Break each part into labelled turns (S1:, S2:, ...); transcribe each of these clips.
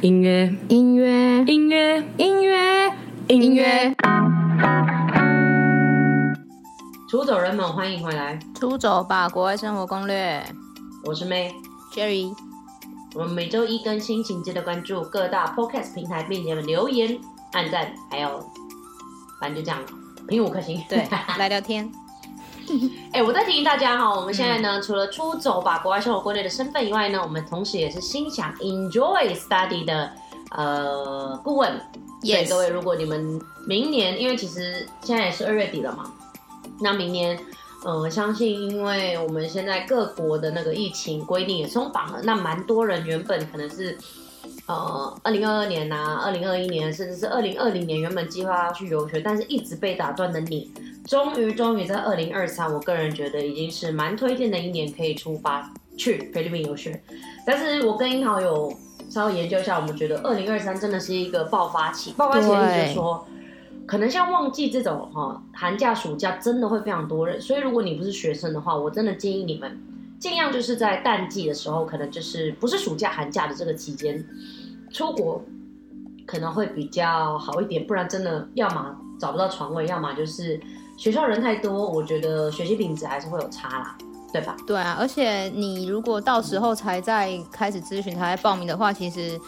S1: 音乐，
S2: 音乐，
S1: 音乐，
S2: 音乐，
S1: 音乐。。
S3: 出走人们，欢迎回来，
S2: 出走吧，国外生活攻略
S3: 我是 May。
S2: ，Jerry。
S3: 我们每周一更新，请记得关注各大 Podcast 平台，并且留言、按赞，还有反正就这样，评五颗星。，
S2: 对来聊天。
S3: 哎、我再提醒大家哈，我们现在呢，除了出走吧国外生活国内的身份以外呢，我们同时也是心想 Enjoy Study 的呃顾问。所以
S2: Yes，
S3: 各位，如果你们明年，因为其实现在也是二月底了嘛，那明年，呃，相信因为我们现在各国的那个疫情规定也松绑了，那蛮多人原本可能是。呃，二零二二年呐、2二零二一年，甚至是二零二零年，原本计划要去游学，但是一直被打断的你，终于终于在二零二三，我个人觉得已经是蛮推荐的一年，可以出发去菲律宾游学。但是我跟樱桃有稍微研究一下，我们觉得二零二三真的是一个爆发期，爆发期的意思就是说，可能像旺季这种哈、寒假暑假真的会非常多人，所以如果你不是学生的话，我真的建议你们尽量就是在淡季的时候，可能就是不是暑假寒假的这个期间出国。可能会比较好一点，不然真的要么找不到床位，要么就是学校人太多，我觉得学习品质还是会有差啦，对吧？
S2: 对啊，而且你如果到时候才在开始咨询、才在报名的话，其实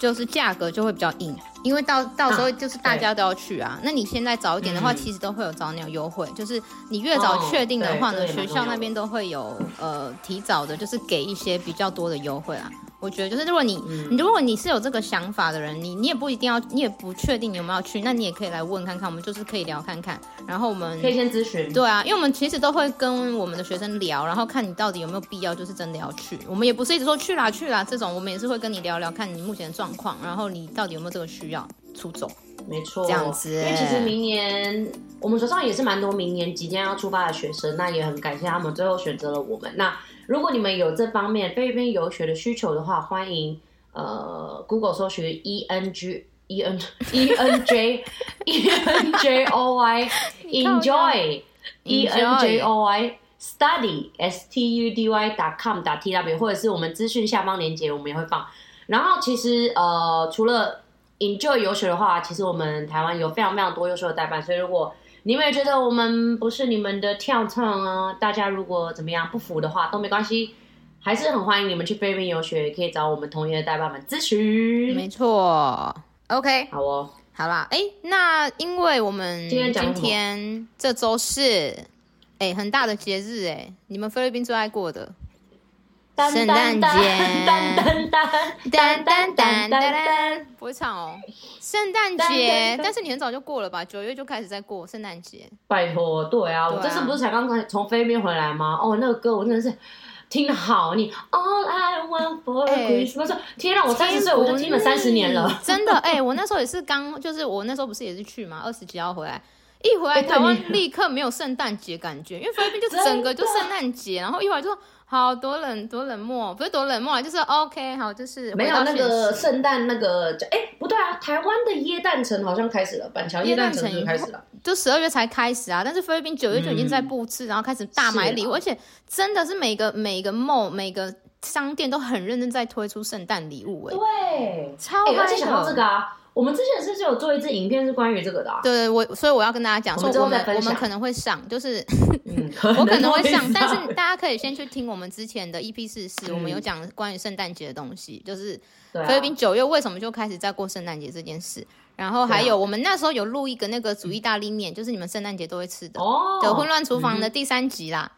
S2: 就是价格就会比较硬，因为到到时候就是大家都要去啊。那你现在早一点的话，
S3: 啊嗯
S2: 其实都会有早鸟优惠，就是你越早确定的话呢，
S3: 哦对
S2: 学校那边都会有呃提早的，就是给一些比较多的优惠啦。我觉得就是，如果你、
S3: 嗯
S2: 你如果你是有这个想法的人，你你也不一定要，你也不确定你有没有去，那你也可以来问看看，我们就是可以聊看看，然后我们
S3: 可以先咨询。
S2: 对啊，因为我们其实都会跟我们的学生聊，然后看你到底有没有必要，就是真的要去。我们也不是一直说去啦去啦这种，我们也是会跟你聊聊，看你目前的状况，然后你到底有没有这个需要出走。
S3: 没错，
S2: 这样子
S3: 因为其实明年我们手上也是蛮多明年即将要出发的学生，那也很感谢他们最后选择了我们。那如果你们有这方面菲律宾游学的需求的话，欢迎呃 Google 搜寻 E N G。E N E N J E N J O Y
S2: 靠腰
S3: Enjoy E N J O Y Study S T U D Y dot com dot T W，或者是我们资讯下方链接，我们也会放。然后其实呃，除了 Enjoy 游学的话，其实我们台湾有非常非常多优秀的代办，所以如果你们也觉得我们不是你们的跳唱啊，大家如果怎么样不服的话都没关系，还是很欢迎你们去菲律宾游学，也可以找我们同业的代办们咨询。
S2: 没错，OK，
S3: 好哦，
S2: 好啦，哎，那因为我们
S3: 今天讲什么
S2: 天这周是哎很大的节日哎，你们菲律宾最爱过的。
S3: 当
S2: 圣诞节
S3: 当当当当
S2: 噔噔
S3: 当当
S2: 噔噔
S3: 当，
S2: 噔，不会唱哦。圣诞
S3: 噔噔
S2: 节
S3: 噔，
S2: 但是你很早就过了吧？九月就开始在过圣诞节。
S3: 拜托，对啊，我
S2: 对啊
S3: 这次不是才刚刚从菲律宾回来吗？哦，那个歌我真的是听得好腻，All I want for
S2: 哎
S3: Christmas，、天啊，我三十岁我就听了三十年了。
S2: 真的哎、我那时候也是刚，就是我那时候不是也是去嘛，二十几号回来，一回来
S3: 哎对
S2: 台湾
S3: 你
S2: 立刻没有圣诞节感觉，因为菲律宾就
S3: 真的
S2: 整个就圣诞节，然后一会儿就说好多冷多冷漠，不是多冷漠啊，就是 OK 好，就是
S3: 没
S2: 回
S3: 有
S2: 到
S3: 那
S2: 现
S3: 个
S2: 实
S3: 圣诞那个，哎、不对啊，台湾的耶诞城好像开始了，板桥耶诞城
S2: 耶诞城
S3: 就开始了。
S2: 就十二月才开始啊，但是菲律宾九月就已经在布置，然后开始大买礼物，
S3: 是啊
S2: 而且真的是每个每个 mall 每个商店都很认真在推出圣诞礼物、欸，哎，
S3: 对，
S2: 超
S3: 哎、
S2: 嗨
S3: 而且想到这
S2: 的。
S3: 个啊，我们之前是不是有做一支影片是关于这个的啊？
S2: 对，我所以我要跟大家讲
S3: 我
S2: 说
S3: 们，之后
S2: 我们
S3: 再分
S2: 我们
S3: 享
S2: 可能会上，就是
S3: 嗯，
S2: 我可能会
S3: 上
S2: 上，但是大家可以先去听我们之前的 EP 四四，我们有讲关于圣诞节的东西，就是
S3: 嗯对啊
S2: 菲律宾九月为什么就开始在过圣诞节这件事。然后还
S3: 对啊
S2: 有，我们那时候有录一个那个煮意大利面，就是你们圣诞节都会吃的
S3: 哦
S2: 的《混乱厨房》的第三集啦。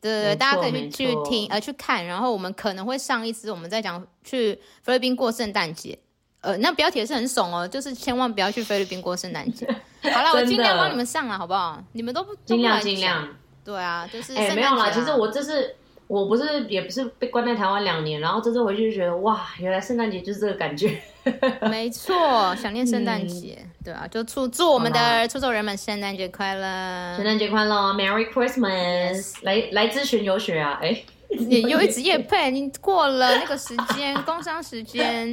S2: 对对
S3: 没
S2: 对，
S3: 错
S2: 大家可以去
S3: 没
S2: 去
S3: 错
S2: 听呃去看，然后我们可能会上一支，我们再讲去菲律宾过圣诞节。呃，那标题是很怂哦，就是千万不要去菲律宾过圣诞节。好啦，我
S3: 真的
S2: 尽量帮你们上了，好不好？你们都不
S3: 尽量。
S2: 都
S3: 尽
S2: 不来讲
S3: 量
S2: 对啊，就是
S3: 哎、
S2: 圣诞
S3: 没有啦，
S2: 节
S3: 其
S2: 啊
S3: 实我这次我不是也不是被关在台湾两年，然后这次回去就觉得哇，原来圣诞节就是这个感觉。
S2: 没错，想念圣诞节，
S3: 嗯
S2: 对啊，就祝祝我们
S3: 好
S2: 的出走人们圣诞节快乐
S3: 圣。诞节快乐哦，Merry Christmas！、来来咨询游学啊，哎、
S2: 也又一直夜配，你过了那个时间，工商时 间。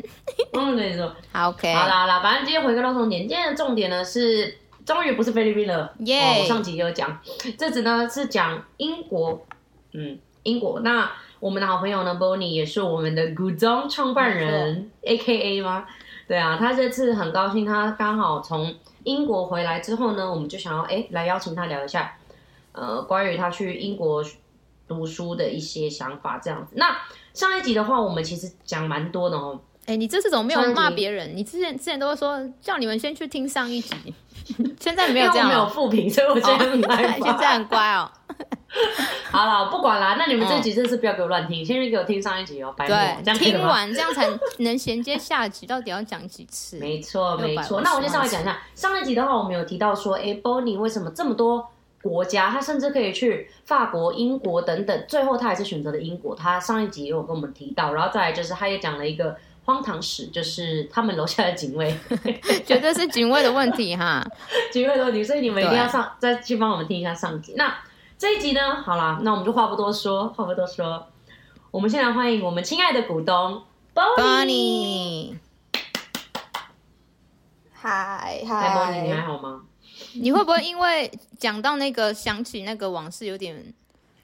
S3: 嗯，跟你说，
S2: 好，OK，
S3: 好啦好啦，反正今天回归到重点，今天的重点呢是，终于不是菲律宾了，
S2: 耶
S3: 哦我上集有讲，这集呢是讲英国，嗯，英国。那我们的好朋友呢，Bonnie 也是我们的古中创办人，A K A 吗？对啊，他这次很高兴，他刚好从英国回来之后呢，我们就想要哎来邀请他聊一下，呃，关于他去英国读书的一些想法这样子。那上一集的话，我们其实讲蛮多的哦，
S2: 哎、你这次怎么没
S3: 上一
S2: 有
S3: 集
S2: 骂别人？你之前之前都会说叫你们先去听上一 集，现在没有
S3: 因为
S2: 这
S3: 我
S2: 样
S3: 没有
S2: 了。
S3: 复评，所以我觉得很
S2: 哦
S3: 害
S2: 现
S3: 怕。
S2: 在很乖哦，
S3: 好了，不管啦，那你们这
S2: 嗯
S3: 集这次不要给我乱听，先去给我听上一集哦，白目，这
S2: 对，
S3: 样可以了
S2: 听
S3: 吗？
S2: 完这样才能衔接下集，到底要讲几次？
S3: 没错，没
S2: 650
S3: 错。那我就稍微讲一下，上一集的话，我们有提到说，哎，Bonnie 为什么这么多国家，他甚至可以去法国、英国等等，最后他还是选择了英国。他上一集也有跟我们提到，然后再来就是他也讲了一个荒唐史，就是他们楼下的警卫，
S2: 绝对是警卫的问题 哈。
S3: 警卫的问题，所以你们一定要
S2: 对
S3: 上再去帮我们听一下上集。那这一集呢，好啦，那我们就话不多说，话不多说，我们先来欢迎我们亲爱的股东 Bonnie。
S2: Bonnie，
S1: 嗨
S3: 嗨，Bonnie，你还哎
S1: 嗨，
S3: 好吗？
S2: 你会不会因为讲到那个想起那个往事，有点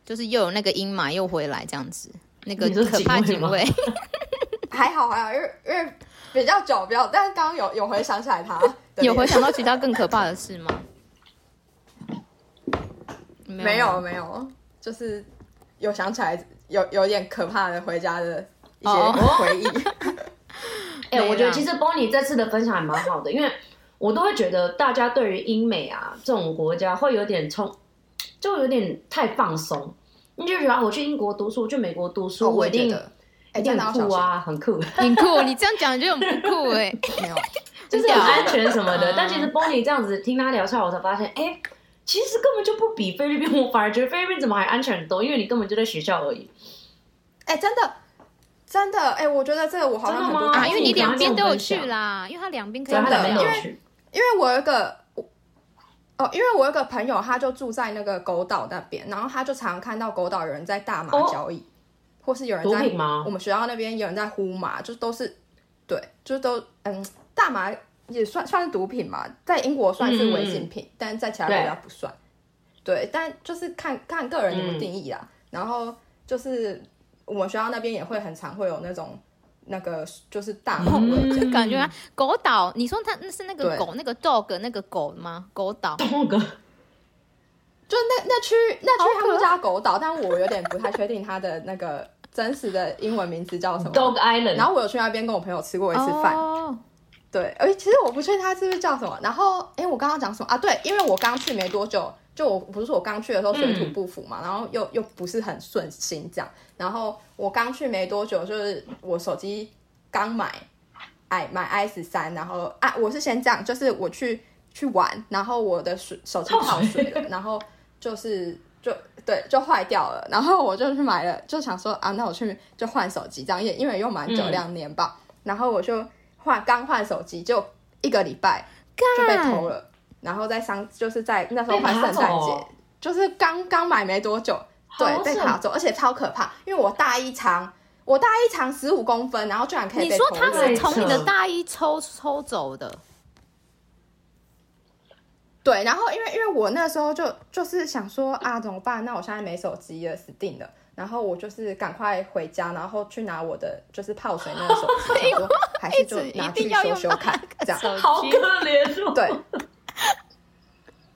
S2: 就是又有那个阴霾又回来这样子？那个
S3: 你说
S2: 可怕
S3: 警
S2: 警
S3: 卫
S2: 卫，
S1: 还好还好，因为因为比较久，比较，但是刚刚有有回想起来他，对
S2: 有回想到其他更可怕的事吗？没啊
S1: 没有没有，就是有想起来有有点可怕的回家的一些
S2: 哦
S1: 回忆，
S3: 哎、
S2: 对
S3: 我觉得
S2: 啦
S3: 其实 Bonnie 这次的分享还蛮好的，因为我都会觉得大家对于英美啊这种国家会有点冲，就有点太放松。你就觉得啊我去英国读书，去美国读书，
S1: 哦
S3: 我
S1: 也
S3: 一
S1: 觉
S3: 定
S1: 得，哎，
S3: 一定
S1: 真的要
S3: 很
S1: 小
S3: 酷
S1: 心，
S3: 啊，很酷，
S2: 很酷，你这样讲就很不酷哎、
S1: 没有，
S3: 就是很
S2: 屌
S3: 安全什么的。
S2: 嗯
S3: 但其实 Bonnie 这样子听他聊下来，我才发现，哎、其实根本就不比菲律宾，我反而觉得菲律宾怎么还安全很多，因为你根本就在学校而已。
S1: 哎，真的真的，哎，我觉得这个我好像
S3: 真的
S1: 很
S3: 吗
S1: 多
S2: 啊，
S1: 同
S2: 因
S1: 事
S2: 为你
S1: 跟我
S2: 两边
S1: 讲
S2: 都有去啦，因为他两边可以
S3: 所以他两
S1: 真
S3: 边都
S1: 的因
S3: 有
S1: 为
S3: 去，
S1: 因为我有一个我哦，因为我有一个朋友，他就住在那个狗岛那边，然后他就常常看到狗岛有人在大麻
S3: 哦
S1: 交易，或是有人
S3: 毒
S1: 在
S3: 品吗
S1: 我？们学校那边有人在呼麻，就都是对，就是都嗯，大麻也算算是毒品嘛，在英国算是违禁品，但在其他国家不算。对，但就是看看个人怎么定义啦。然后就是我们学校那边也会很常会有那种那个就是大麻
S3: 嗯
S1: 味这样。
S2: 就感觉啊狗岛，你说他那是那个
S1: 对
S2: 狗，那个 dog 那个狗吗？狗岛，
S3: 那个
S1: 就那那区那区
S2: 好
S1: 他
S2: 可爱
S1: 们叫它狗岛，但我有点不太确定它的那个真实的英文名字叫什么。
S3: Dog Island，
S1: 然后我有去那边跟我朋友吃过一次饭，
S2: 哦
S1: 对，而且其实我不确定它是不是叫什么。然后，哎，我刚刚讲什么啊？对，因为我刚去没多久，就我不是说我刚去的时候水土不服嘛，然后又又不是很顺心这样。然后我刚去没多久，就是我手机刚买，哎，买 i 十三，然后啊，我是先这样，就是我去去玩，然后我的水手机泡水了，然后就是就对就坏掉了，然后我就去买了，就想说啊，那我去就换手机这样，也因为用蛮久
S3: 嗯
S1: 两年吧，然后我就换刚换手机就一个礼拜就被偷了，然后在商就是在那时候
S3: 被
S1: 快
S3: 拿
S1: 圣诞
S3: 走
S1: 节
S3: 哦，
S1: 就是刚刚买没多久，
S3: 好
S1: 对，被
S3: 扯
S1: 卡走，而且超可怕，因为我大一长，我大一长十五公分，然后居然可以
S2: 你
S1: 被
S2: 说
S1: 偷
S2: 他
S1: 走
S2: 是从你的大衣抽抽走的，
S1: 对，然后因为因为我那时候就就是想说啊，怎么办？那我现在没手机了，死定了。然后我就是赶快回家，然后去拿我的就是泡水那个手 机，想说还是
S2: 一
S1: 就
S2: 直一
S1: 拿去
S2: 定要
S1: 修
S2: 用
S1: 修
S2: 到
S1: 看，
S2: 那
S1: 这
S2: 个
S1: 样
S3: 好
S2: 手
S3: 可
S2: 机，
S3: 怜哦。
S1: 对。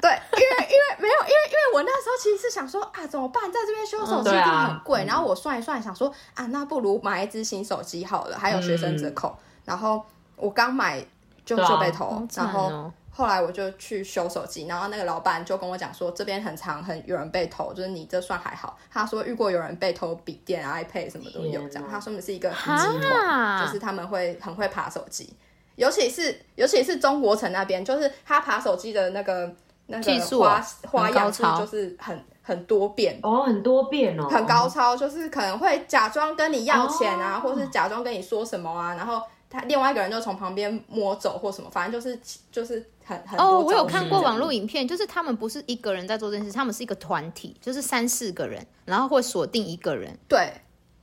S1: 对，因为因为没有，因为因为我那时候其实是想说啊，怎么办？在这边修
S3: 嗯
S1: 手机
S3: 对
S1: 一定
S3: 啊
S1: 很贵。然后我算一算，想说啊，那不如买一只新手机好了，还有学生折扣。然后我刚买就
S3: 嗯对啊
S1: 就被偷，
S2: 好
S1: 然
S2: 惨
S1: 后
S2: 哦！
S1: 后来我就去修手机，然后那个老板就跟我讲说，这边很常很有人被偷，就是你这算还好。他说遇过有人被偷笔电、iPad 啊什么都有这
S3: 天
S1: 样
S3: 哪。
S1: 他说的是一个集团，
S2: 哈，
S1: 就是他们会很会爬手机，尤其是尤其是中国城那边，就是他爬手机的那个那
S2: 技
S1: 个
S2: 术
S1: 花
S2: 哦
S1: 花
S2: 很
S1: 样
S2: 高
S1: 是
S2: 超
S1: 就是很很多变。
S3: 哦，很多变哦，
S1: 很高超，就是可能会假装跟你要钱啊，
S3: 哦
S1: 或是假装跟你说什么啊，然后他另外一个人就从旁边摸走或什么，反正就是就是很很多
S2: 哦，我有
S1: 招数
S2: 看过
S1: 这样
S2: 网络影片，就是他们不是一个人在做这件事，他们是一个团体，就是三四个人，然后会锁定一个人，
S1: 对，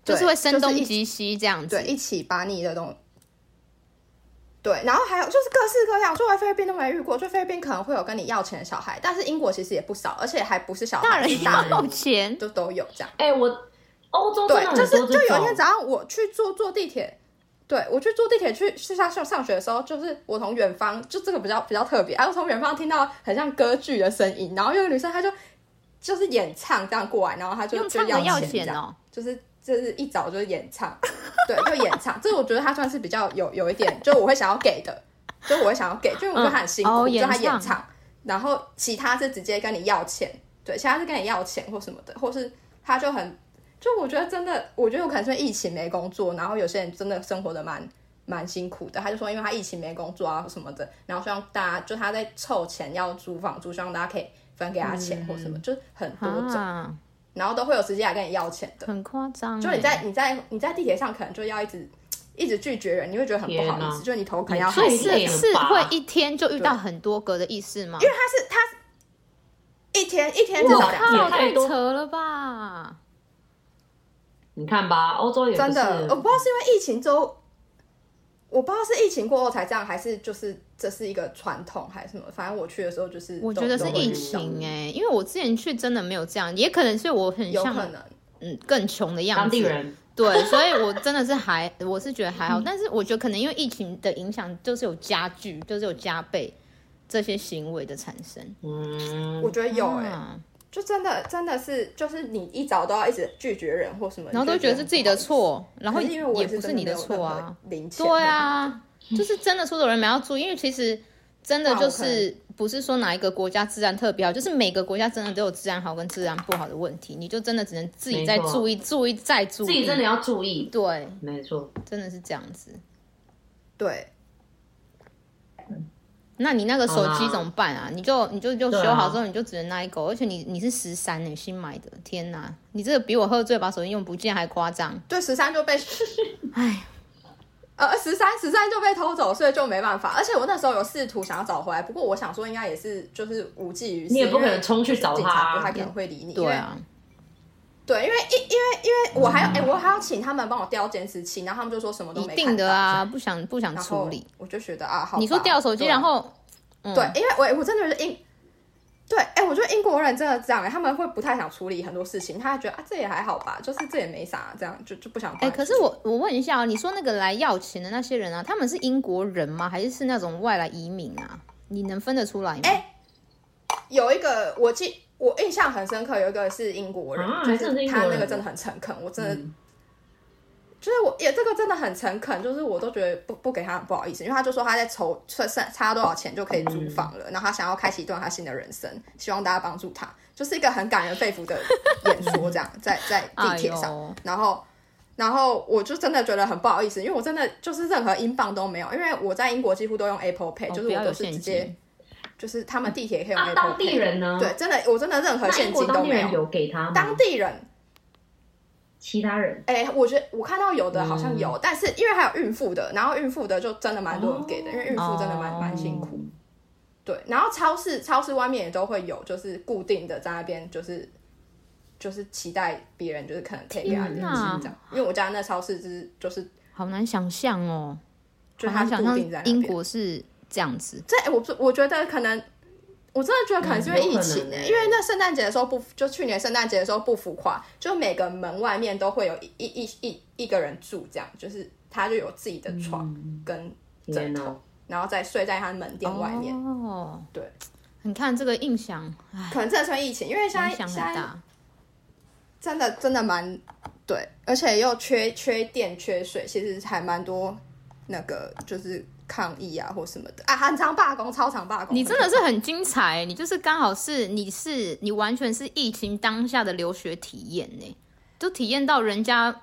S2: 就是会声东
S1: 击。
S2: 击西这样
S1: 对，
S2: 子。
S1: 一起把你的东对，然后还有就是各式各样，就来菲律宾都没遇过，就菲律宾可能会有跟你要钱的小孩，但是英国其实也不少，而且还不是小孩，
S2: 大人
S1: 是大人
S2: 要钱，
S1: 就都有这样。
S3: 哎、我欧洲真
S1: 对
S3: 的，很多
S1: 就是
S3: 这种，
S1: 就有一天早上我去坐坐地铁，对我去坐地铁去去上上上学的时候，就是我从远方就这个比较比较特别，啊，我从远方听到很像歌剧的声音，然后有个女生她就就是演唱这样过来，然后她就
S2: 用
S1: 就
S2: 唱的要
S1: 钱这
S2: 钱
S1: 样
S2: 哦，
S1: 就是就是一早就是演唱，对，就演唱，这我觉得他算是比较有有一点，就我会想要给的，就我会想要给，就因为我觉得他很辛苦，
S2: 嗯哦
S1: 就
S2: 演
S1: 他
S2: 唱
S1: 演唱，然后其他是直接跟你要钱，对，其他是跟你要钱或什么的，或是他就很，就我觉得真的，我觉得有可能是因为疫情没工作，然后有些人真的生活的蛮。蛮辛苦的，他就说，因为他疫情没工作啊什么的，然后希望大家就他在凑钱要租房租，希望大家可以分给他钱
S2: 嗯
S1: 或什么，就是很多种，
S2: 啊，
S1: 然后都会有直接来跟你要钱的。
S2: 很夸张欸。
S1: 就你在你在你在地铁上可能就要一直一直拒绝人，你会觉得很不
S3: 天
S1: 好
S3: 哪
S1: 意思，就你头可能要
S3: 所以
S1: 很
S3: 是累
S2: 是
S3: 了
S2: 是
S3: 吧
S2: 会一天就遇到很多个的意思吗？
S1: 因为他是他是一天一天至
S3: 我
S1: 少两
S3: 靠
S1: 天，
S2: 靠，
S3: 也太
S2: 太
S3: 多
S2: 扯了吧！
S3: 你看吧，欧洲也不
S1: 真
S3: 是
S1: 的，哦我不知道是因为疫情之后，我不知道是疫情过后才这样，还是就是这是一个传统还是什么，反正我去的时候就是
S2: 我
S1: 都
S2: 觉得是
S1: 都会
S2: 疫
S1: 遇到
S2: 情哎、因为我之前去真的没有这样，也可能是我很
S1: 有
S2: 像
S1: 可能
S2: 嗯更穷的样子，
S3: 当地人
S2: 对，所以我真的是还我是觉得还好，但是我觉得可能因为疫情的影响，就是有加剧，就是有加倍这些行为的产生。
S3: 嗯，
S1: 我觉得有哎、
S2: 啊
S1: 就真的真的是就是你一早都要一直拒绝人或什么，
S2: 然后都
S1: 你就
S2: 觉得是自己的错，然后
S1: 会觉得很不好意思，
S2: 也不
S1: 可是因为我也是
S2: 是你的错啊，，
S1: 零钱
S2: 对，啊，就是真的出走人们要注意，因为其实真的就是不是说哪一个国家治安特别好，就是每个国家真的都有治安好跟治安不好的问题，你就真的只能自己再
S3: 没错
S2: 注意、注意再注意。
S3: 自己真的要注意，
S2: 对，
S3: 没错。
S2: 真的是这样子。
S1: 对，
S2: 那你那个手
S3: 好
S2: 机
S3: 啦
S2: 怎么办
S1: 嗯
S2: 啊？你就你就就
S3: 对啊
S2: 修好之后，你就只能那一狗，而且你你是十三呢，新买的，天哪！你这个比我喝醉把手机用不见还夸张，
S1: 对，十三就被，
S2: 唉，
S1: 呃，十三十三就被偷走，所以就没办法。而且我那时候有试图想要找回来，不过我想说应该也是就是无济于事，
S3: 你也不可
S1: 因
S3: 能
S1: 为
S3: 冲去找
S1: 警
S3: 他
S1: 察不
S3: 啊、
S1: 太可能会理你。
S2: 对啊，
S1: 因为，对，因为因因为因为我还要哎、我还要请他们帮我调监视器，然后他们就说什么都
S2: 一
S1: 没
S2: 定
S1: 看到
S2: 的，啊，不想不想
S1: 然
S2: 处
S1: 后
S2: 理。
S1: 我就觉得啊，好吧，
S2: 你说掉手机，
S1: 对
S2: 然后
S1: 对，因为我我真的觉得英，对，哎、我觉得英国人真的这样、哎他们会不太想处理很多事情，他还觉得啊这也还好吧，就是这也没啥，这样就就不想
S2: 哎、
S1: 管。
S2: 可是我我问一下啊，你说那个来要钱的那些人啊，他们是英国人吗？还是是那种外来移民啊？你能分得出来吗？
S1: 哎有一个我记我印象很深刻，有一个是英国人，
S3: 啊
S1: 就
S3: 真的是英国
S1: 他
S3: 人
S1: 那个真的很诚恳，我真的、
S3: 嗯
S1: 就是我也这个真的很诚恳，就是我都觉得不不给他很不好意思，因为他就说他在筹差差多少钱就可以租房
S3: 嗯
S1: 了，然后他想要开启一段他新的人生，希望大家帮助他，就是一个很感人肺腑的演说，这样在在地铁上，
S2: 哎呦
S1: 然后。然后我就真的觉得很不好意思，因为我真的就是任何英镑都没有，因为我在英国几乎都用 Apple Pay，、
S2: 哦
S1: 就是
S2: 不
S1: 我
S2: 要
S1: 都
S2: 有
S1: 是
S2: 现
S1: 直接
S2: 金
S1: 就是他们地铁也可以用
S3: 啊，
S1: Apple Pay，、
S3: 当地人呢？
S1: 对，真的，我真的任何
S3: 那英
S1: 现
S3: 国
S1: 金
S3: 当
S1: 都
S3: 地
S1: 没
S3: 人有给他吗？
S1: 当地人，
S3: 其他人
S1: 哎、我觉得我看到有的好像
S3: 嗯
S1: 有，但是因为还有孕妇的，然后孕妇的就真的蛮多人给
S3: 哦
S1: 的，因为孕
S2: 哦
S1: 妇真的蛮蛮、辛苦。对，然后超市超市外面也都会有，就是固定的在那边，就是就是期待别人，就是可能可以给他
S2: 天
S1: 东
S2: 哪
S1: 西这样。因为我家那超市就是就是
S2: 好难想象哦，
S1: 就是
S2: 好
S1: 它
S2: 难
S1: 是
S2: 想
S1: 固定在
S2: 象
S1: 那
S2: 英
S1: 边。
S2: 国是这样子。
S1: 这哎我不我觉得可能，我真的觉得可能是因为疫
S3: 嗯
S1: 情、
S3: 有可能欸
S1: 因为那圣诞节的时候不就去年圣诞节的时候不浮夸，就每个门外面都会有一一一一一个人住，这样就是他就有自己的
S3: 嗯
S1: 床跟
S3: 天
S1: 枕
S3: 哪
S1: 头，然后再睡在他门店外面。
S2: 哦，
S1: 对，
S2: 你看这个印象，
S1: 可能真的是因为疫情，因为现在
S2: 影
S1: 现
S2: 响很
S1: 在
S2: 大。
S1: 真的真的蛮对，而且又缺缺电缺水，其实还蛮多那个就是抗议啊或什么的啊，很常罢工，超常罢工。
S2: 你真的是很精彩，你就是刚好是你是你完全是疫情当下的留学体验呢，就体验到人家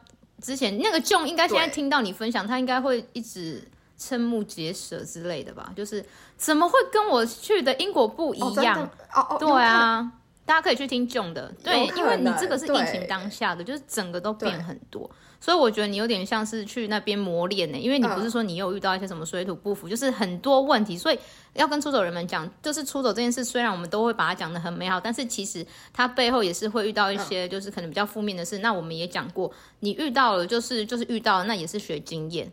S2: 之前那个 John 应该现在
S1: 对
S2: 听到你分享，他应该会一直瞠目结舌之类的吧？就是怎么会跟我去的英国不一
S1: 哦真的
S2: 样？
S1: 哦哦，
S2: 对啊，大家可以去听 John 的，对
S1: 有，可
S2: 因为你这个是疫
S1: 能
S2: 情
S1: 对
S2: 当下的，就是整个都变
S1: 对
S2: 很多，所以我觉得你有点像是去那边磨练呢、因为你不
S1: 嗯
S2: 是说你有遇到一些什么水土不服，就是很多问题，所以要跟出走人们讲，就是出走这件事，虽然我们都会把它讲的很美好，但是其实它背后也是会遇到一
S1: 嗯
S2: 些就是可能比较负面的事。那我们也讲过，你遇到了就是就是遇到了，那也是学经验，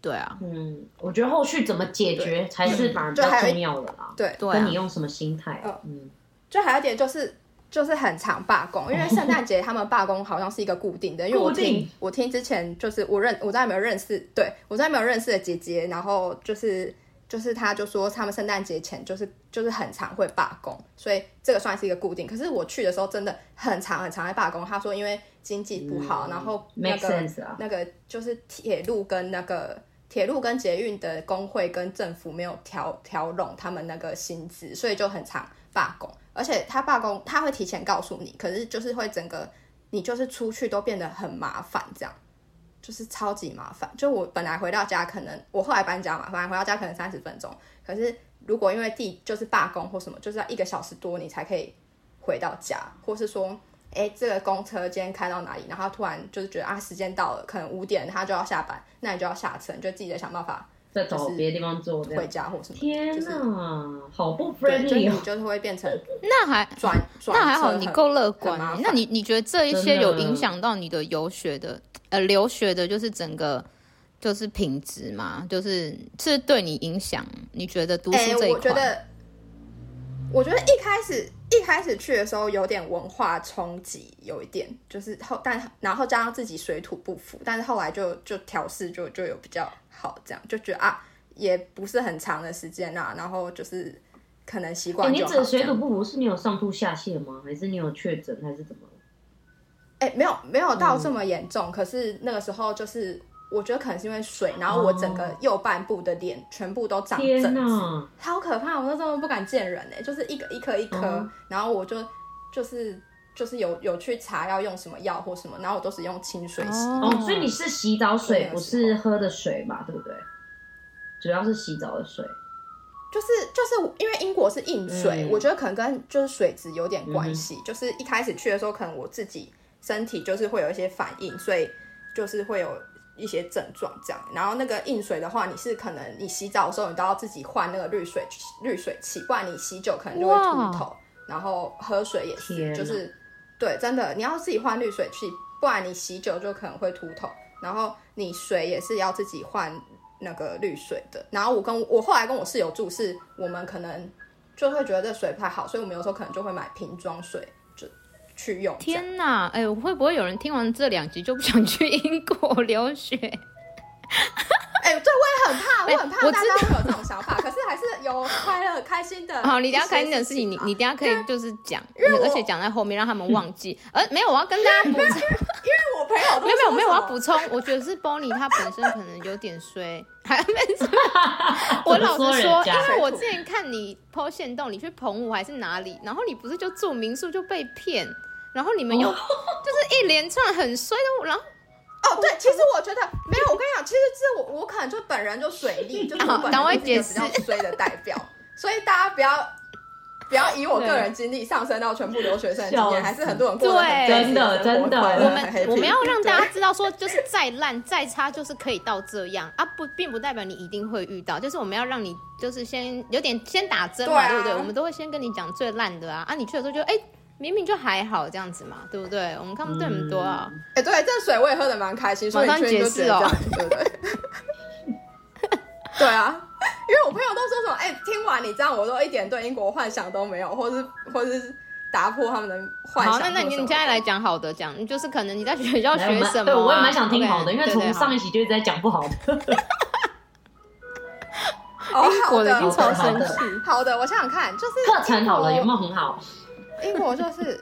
S2: 对啊，
S3: 嗯，我觉得后续怎么解决才是反而比较
S1: 就还有一
S3: 重要的啦。
S1: 对
S2: 对
S3: 跟
S2: 啊
S3: 你，用什么心态
S1: 嗯，
S3: 嗯，
S1: 就还有一点就是，就是很常罢工，因为圣诞节他们罢工好像是一个固定的，因为我
S3: 固定
S1: 听我听之前就是我认我在没有认识，对我在没有认识的姐姐，然后就是就是她就说他们圣诞节前就是就是很常会罢工，所以这个算是一个固定。可是我去的时候真的很常很常在罢工，她说因为经济不好，
S3: 嗯
S1: 然后那
S3: make
S1: 个
S3: sense 啊，
S1: 那个就是铁路跟那个铁路跟捷运的工会跟政府没有调调拢他们那个薪资，所以就很常罢工。而且他罢工，他会提前告诉你，可是就是会整个你就是出去都变得很麻烦，这样就是超级麻烦。就我本来回到家可能我后来搬家嘛，本来回到家可能三十分钟，可是如果因为地就是罢工或什么，就是要一个小时多你才可以回到家，或是说哎，这个公车今天开到哪里？然后突然就是觉得啊，时间到了，可能五点他就要下班，那你就要下车，你就自己再想办法
S3: 再找
S1: 就是
S3: 别的地方做这
S1: 回
S3: 样。
S1: 家或什么的。
S3: 天
S1: 就是
S3: 哪，好不
S1: 对，就
S3: friendly
S1: 你
S3: 哦！
S1: 就是会变成
S2: 那还
S1: 转转
S2: 那还
S1: 车
S2: 好，
S1: 很
S2: 你够乐观
S1: 很麻
S2: 欸。
S1: 烦
S2: 那你你觉得这一
S3: 真
S2: 些有
S3: 的
S2: 影响到你的游学的呃留学的，就是整个就是品质吗？就是是对你影响？你觉得读书
S1: 哎，
S2: 这一
S1: 我觉
S2: 块？
S1: 得，我觉得一开始一开始去的时候有点文化冲击，有一点就是后，但然后加上自己水土不服，但是后来就就调试就就有比较好，这样就觉得啊，也不是很长的时间啦、然后就是可能习
S3: 哎
S1: 惯
S3: 你
S1: 就
S3: 指
S1: 好。
S3: 的水
S1: 这样
S2: 嗯
S3: 土不服是你有上吐下泻吗？还是你有确诊还是怎么？
S1: 哎、没有没有到这么严重，可是那个时候就是我觉得可能是因为水，然后我整个
S3: 哦
S1: 右半部的脸全部都长
S3: 天
S1: 疹子，
S3: 哪，哦
S1: 好可怕！我那时候不敢见人哎、就是一个一颗一颗，
S3: 嗯
S1: 然后我就就是就是有有去查要用什么药或什么，然后我都是用清水洗。
S3: 哦，所以你是洗澡水
S1: 对，啊
S3: 不
S1: 有
S3: 是
S1: 时
S3: 喝的水嘛，对不对？主要是洗澡的水。
S1: 就是就是因为英国是硬水，
S3: 嗯
S1: 我觉得可能跟就是水质有点关系。就是一开始去的时候，可能我自己身体就是会有一些反应，所以就是会有一些症状这样。然后那个硬水的话，你是可能你洗澡的时候，你都要自己换那个滤水滤水器，不然你洗久可能就会秃头。然后喝水也
S3: 天
S1: 是，
S3: 哪
S1: 就是对，真的你要自己换滤水器，不然你洗久就可能会秃头。然后你水也是要自己换那个滤水的。然后我跟我后来跟我室友住，是我们可能就会觉得这水不太好，所以我们有时候可能就会买瓶装水就去用。这样
S2: 天哪！哎、会不会有人听完这两集就不想去英国留 学？
S1: 哎、对，我也很怕，我
S2: 哎
S1: 很怕
S2: 我
S1: 大
S2: 知
S1: 家会有这种想法，可是还是有快乐开心的。
S2: 好，你等一下开心的事情，你你等一下可
S1: 啊
S2: 以就是讲，而且讲在后面让他们忘记。而没有，我要跟大家补充，
S1: 因为啊我朋友都
S2: 没有没有没有，我要
S1: 说什么
S2: 补充，我觉得是 Bonnie 她本身可能有点衰，还 没事。我老
S3: 怎么
S2: 实
S3: 说
S2: 说，
S3: 人家
S2: 因为我之前看你剖线洞，你去澎湖还是哪里，然后你不是就住民宿就被骗，然后你们又 就是一连串很衰的，然后
S1: 哦，对，其实我觉得没有，我跟你讲，其实这我我可能就本人就水逆，就是我本
S2: 赶快
S1: 人就是一个
S2: 哦解
S1: 比较衰的代 表，所以大家不要不要以我个人经历上升到全部留学生的经
S3: 笑
S1: 验，
S3: 死
S1: 还是很多人过得很
S2: 对
S1: 真的
S3: 真的真的
S2: 我
S3: 很
S2: 们我们要让大家知道，说就是再烂再差，就是可以到这样啊，不，并不代表你一定会遇到，就是我们要让你就是先有点先打针嘛，
S1: 对啊
S2: 对不对？我们都会先跟你讲最烂的啊，啊，你去的时候就哎、明明就还好这样子嘛，对不对？我们看不对很多啊，
S1: 哎，对，这水我也喝的蛮开心，所以
S2: 马上
S1: 你去就
S2: 解
S1: 觉
S2: 释
S1: 得这
S2: 哦
S1: 样，对不对？ 对啊，因为我朋友都说什么，哎，听完你这样，我都一点对英国幻想都没有，或是或是打破他们的幻
S2: 好，
S1: 想或什
S2: 那
S1: 么的。
S2: 那你你现在来讲好的，讲就是可能你在 学校
S3: 来我
S2: 学
S3: 们
S2: 什么啊、
S3: 对，我也蛮想听好的，
S2: OK，
S3: 因为
S2: 对
S3: 从
S2: 对
S3: 上
S2: 好
S3: 一集就一直在讲不好的。
S1: 哦，
S2: 英
S1: 好
S2: 国的
S1: 的
S2: 已经超
S3: 好
S2: 生
S3: 的
S2: 气，
S1: 好的，我想想看，就是
S3: 课程好了，
S1: 英
S3: 有没
S1: 国
S3: 有很好？
S1: 英国就是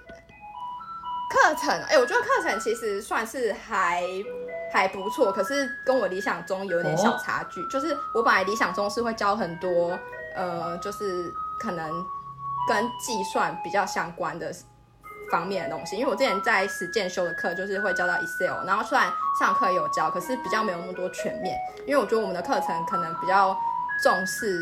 S1: 课程，哎、我觉得课程其实算是还还不错，可是跟我理想中有点小差距。就是我本来理想中是会教很多，呃，就是可能跟计算比较相关的方面的东西，因为我之前在实践修的课就是会教到 Excel，然后虽然上课有教，可是比较没有那么多全面，因为我觉得我们的课程可能比较重视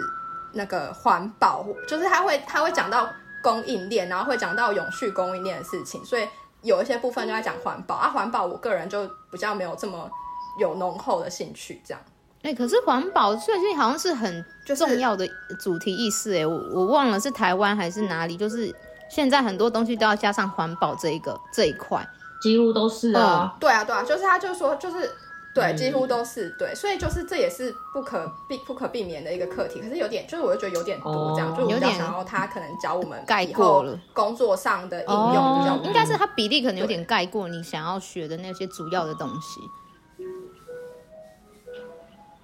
S1: 那个环保，就是他会他会讲到供应链，然后会讲到永续供应链的事情，所以有一些部分就在讲环保啊，环保我个人就比较没有这么有浓厚的兴趣，这样
S2: 哎、可是环保最近好像是很
S1: 就是
S2: 重要的主题意识、哎，我我忘了是台湾还是哪里，就是现在很多东西都要加上环保这一个这一块。
S3: 几乎都是啊。
S2: 哦
S1: 对啊对啊，就是他就说就是。对，
S2: 嗯
S1: 几乎都是对，所以就是这也是不可避不可避免的一个课题。可是有点，就是我就觉得有点多这样，
S3: 哦
S1: 就我比
S2: 有
S1: 较
S2: 点
S1: 想要他可能教我们
S2: 盖
S1: 以
S2: 过
S1: 后
S2: 了
S1: 工作上的应用比较
S2: 哦
S1: 多，
S2: 应该是它比例可能有点盖过你想要学的那些主要的东西，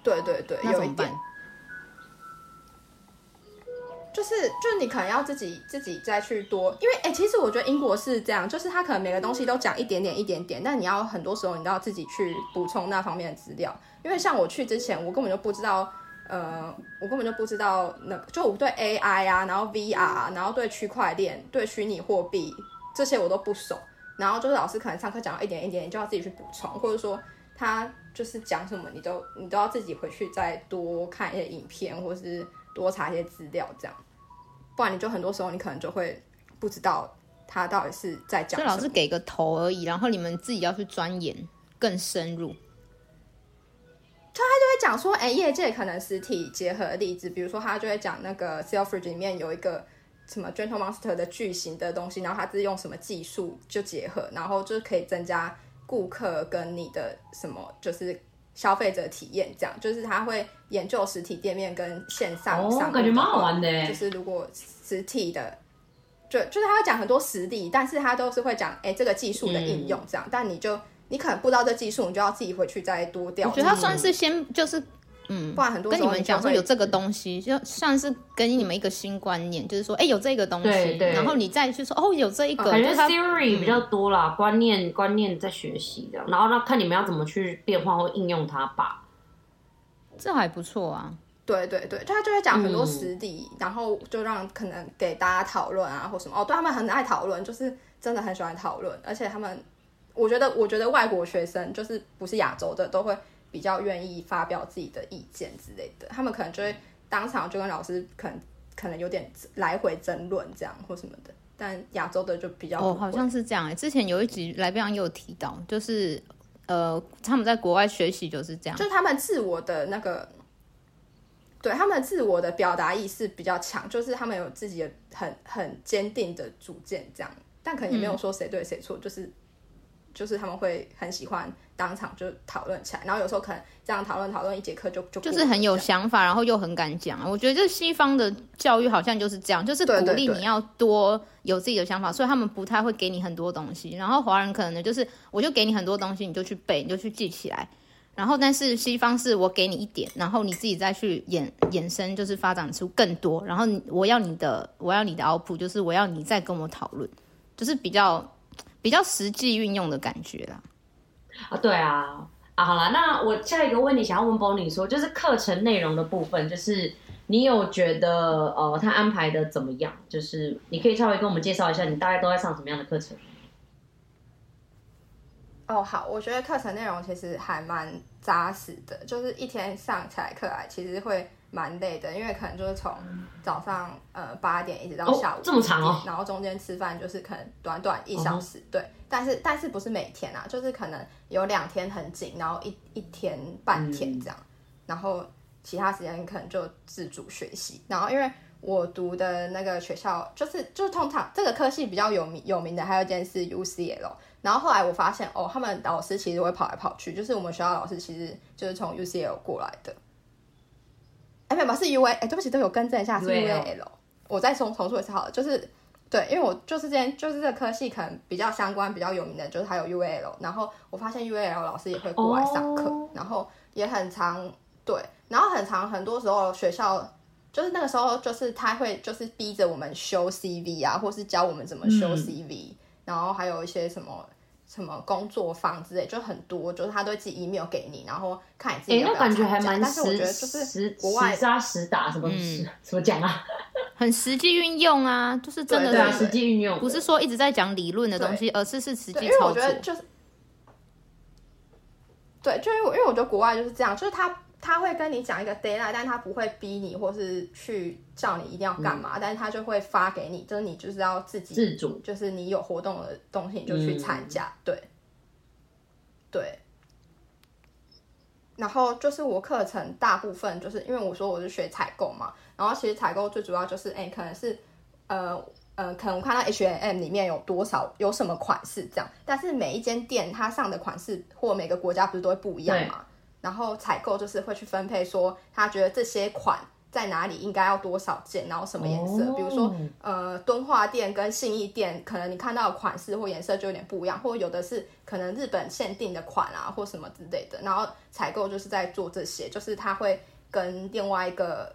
S1: 对对对，
S2: 那
S1: 有
S2: 怎
S1: 一
S2: 么
S1: 点
S2: 办？
S1: 就是就是你可能要自己自己再去多，因为哎、诶其实我觉得英国是这样，就是他可能每个东西都讲一点点一点点，但你要很多时候你都要自己去补充那方面的资料。因为像我去之前，我根本就不知道，呃，我根本就不知道那就我对 AI 啊，然后 VR，啊然后对区块链、对虚拟货币这些我都不熟。然后就是老师可能上课讲到一点一点，你就要自己去补充，或者说他就是讲什么，你都你都要自己回去再多看一些影片，或是多查一些资料这样。不然你就很多时候你可能就会不知道他到底是在讲
S2: 就
S1: 什么。
S2: 老师给个头而已，然后你们自己要去钻研更深入。
S1: 会讲说，哎、业界可能实体结合的例子，比如说他就会讲那个 Selfridge 里面有一个什么 Gentle Monster 的巨型的东西，然后它是用什么技术就结合，然后就是可以增加顾客跟你的什么就是消费者体验，这样就是他会研究实体店面跟线上
S3: 哦
S1: 商务的话、
S3: 感觉蛮好玩的耶
S1: 就是如果实体的。就就是他会讲很多实例，但是他都是会讲，哎、这个技术的应用这样，但你就你可能不知道这技术，你就要自己回去再多调
S2: 我
S1: 查。
S2: 觉得他算是先就是嗯
S1: 不。然很多
S2: 跟
S1: 时
S2: 你
S1: 候
S2: 们
S1: 就
S2: 讲说
S1: 会
S2: 有这个东西，就算是给你们一个新观念，就是说，哎、有这个东
S3: 对
S2: 西，
S3: 对
S2: 然后你再去说，哦，有这一个，
S1: 哦
S3: 感
S2: 就
S3: 觉
S2: 是它
S3: theory 比较多啦，观念观念在学习这样，然后那看你们要怎么去变化或应用它吧。
S2: 这还不错啊。
S1: 对对对，就他就会讲很
S2: 嗯
S1: 多实例，然后就让可能给大家讨论啊或什么。哦，对他们很爱讨论，就是真的很喜欢讨论，而且他们，我觉得我觉得外国学生就是不是亚洲的都会比较愿意发表自己的意见之类的，他们可能就会当场就跟老师可能可能有点来回争论这样或什么的，但亚洲的就比较不
S2: 哦，
S1: 会
S2: 好像是这样、欸。之前有一集来宾也有提到，就是呃，他们在国外学习就是这样，
S1: 就是他们自我的那个，对他们自我的表达意识比较强，就是他们有自己的很很坚定的主见，这样，但可能也
S2: 嗯
S1: 没有说谁对谁错，就是就是他们会很喜欢当场就讨论起来，然后有时候可能这样讨论讨论一节课就就
S2: 就是很有
S1: 效。
S2: 想法，然后又很敢讲。我觉得这西方的教育好像就是这样，就是
S1: 对
S2: 鼓
S1: 对
S2: 励
S1: 对
S2: 你要多有自己的想法，所以他们不太会给你很多东西。然后华人可能呢，就是我就给你很多东西，你就去背，你就去记起来。然后，但是西方是我给你一点，然后你自己再去衍衍生，就是发展出更多。然后你我要你的，我要你的 output，就是我要你再跟我讨论，就是比较比较实际运用的感觉啦。
S3: 啊，对啊，啊，好啦，那我下一个问题想要问 Bonnie 说，就是课程内容的部分，就是你有觉得呃，他安排的怎么样？就是你可以稍微跟我们介绍一下，你大概都在上什么样的课程？
S1: 哦，好，我觉得课程内容其实还蛮扎实的，就是一天上起来课来，其实会蛮累的，因为可能就是从早上呃八点一直到
S3: 哦
S1: 下午、
S3: 这么长哦
S1: 然后中间吃饭就是可能短短一小时，对，但是但是不是每天啊，就是可能有两天很紧，然后一一天半天这样，然后其他时间可能就自主学习，然后因为。我读的那个学校，就是就是通常这个科系比较有名有名的，还有一间是 UCL，然后后来我发现，哦，他们老师其实会跑来跑去，就是我们学校老师其实就是从 UCL 过来的。哎，没有，没有是 UA，哎，对不起，对不起我更正一下，是
S3: UAL
S1: UAL。我再重重述一次好了，就是对，因为我就是之前就是这个科系可能比较相关、比较有名的，就是还有 UAL，然后我发现 UAL 老师也会过来上课
S3: 哦
S1: 然后也很常对，然后很常很多时候学校就是那个时候，就是他会就是逼着我们修 CV 啊，或是教我们怎么修
S3: 嗯
S1: CV，、然后还有一些什么什么工作坊之类，就很多，就是他都会寄 email 给你，然后看你自己
S3: 哎，
S1: 要不
S3: 那
S1: 要
S3: 感觉
S1: 参
S3: 还
S1: 加
S3: 蛮
S1: 但是我
S3: 实
S1: 觉得就是
S3: 实
S1: 国外嗯
S3: 实扎实打，什么实怎么讲啊？
S2: 很实际运用啊，就是真的
S1: 对
S3: 对啊，
S1: 对
S3: 实际运用
S2: 不是说一直在讲理论的东西，而是是实
S1: 对，
S2: 际
S1: 因为
S2: 操
S1: 我
S2: 作
S1: 觉。得就是，对，就是我因为我觉得国外就是这样，就是他他会跟你讲一个 d a y l i g h t 但他不会逼你或是去叫你一定要干
S2: 嗯
S1: 嘛，但是他就会发给你，就是你就是要自己
S3: 自主。
S1: 就是你有活动的东西你就去参加，对，对。然后就是我课程大部分就是因为我说我是学采购嘛，然后其实采购最主要就是，哎，可能是呃，呃，可能我看到 H&M 里面有多少有什么款式这样，但是每一间店它上的款式或每个国家不是都会不一样嘛？然后采购就是会去分配说，他觉得这些款在哪里应该要多少件，然后什么颜色，
S3: 哦
S1: 比如说呃敦化店跟信义店，可能你看到的款式或颜色就有点不一样，或有的是可能日本限定的款啊，或什么之类的。然后采购就是在做这些，就是他会跟另外一个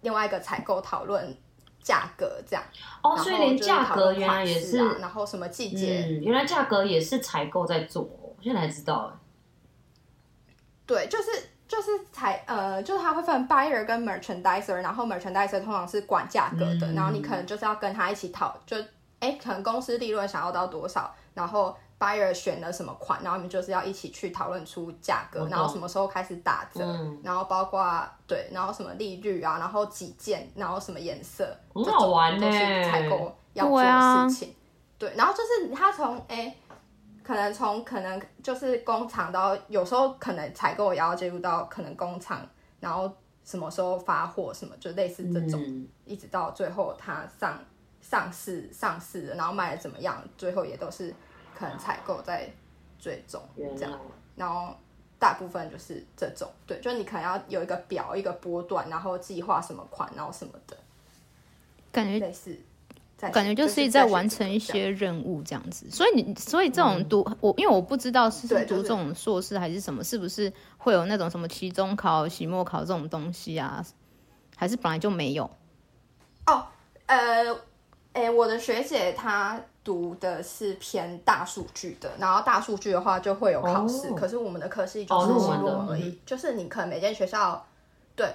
S1: 另外一个采购讨论价格这样，
S3: 哦，
S1: 然后
S3: 所以连
S1: 就是
S3: 价
S1: 讨
S3: 格
S1: 论
S3: 原来
S1: 款
S3: 也
S1: 式
S3: 是，
S1: 啊然后什么季节，
S3: 嗯，原来价格也是采购在做，哦我现在才知道哎
S1: 对，就是就是采呃，就是他会分 buyer 跟 merchandiser，然后 merchandiser 通常是管价格的，
S3: 嗯
S1: 然后你可能就是要跟他一起讨，就哎，可能公司利润想要到多少，然后 buyer 选了什么款，然后你们就是要一起去讨论出价
S3: 我
S1: 格，
S3: 懂
S1: 然后什么时候开始打折，
S2: 啊
S3: 嗯
S1: 然后包括对，然后什么利率啊，然后几件，然后什么颜色，
S3: 很
S1: 这
S3: 好
S1: 种
S3: 玩欸
S1: 都是
S3: 呢
S1: 采购要做
S2: 对啊
S1: 的事情。对，然后就是他从哎。诶可能从可能就是工厂到有时候可能采购也要接触到可能工厂，然后什么时候发货什么，就类似
S3: 哎，
S1: 这种，
S3: 嗯
S1: 一直到最后它上上市上市了，然后卖的怎么样，最后也都是可能采购在追踪
S3: 原
S1: 这
S3: 来
S1: 样，然后大部分就是这种，对，就是你可能要有一个表一个波段，然后计划什么款，然后什么的，
S2: 感觉
S1: 类似在。
S2: 感觉就是在完成一些任务这样子。所以你，所以这种读、我，因为我不知道是
S1: 嗯对
S2: 读
S1: 就是
S2: 这种硕士还是什么，是不是会有那种什么期中考、期末考这种东西啊？还是本来就没有？
S1: 哦，呃，哎，我的学姐她读的是偏大数据的，然后大数据的话就会有考试，
S3: 哦
S1: 可是我们的科系就
S3: 哦
S1: 是
S3: 论
S1: 写
S3: 文的
S2: 嗯
S1: 论文而已，就是你可能每间学校对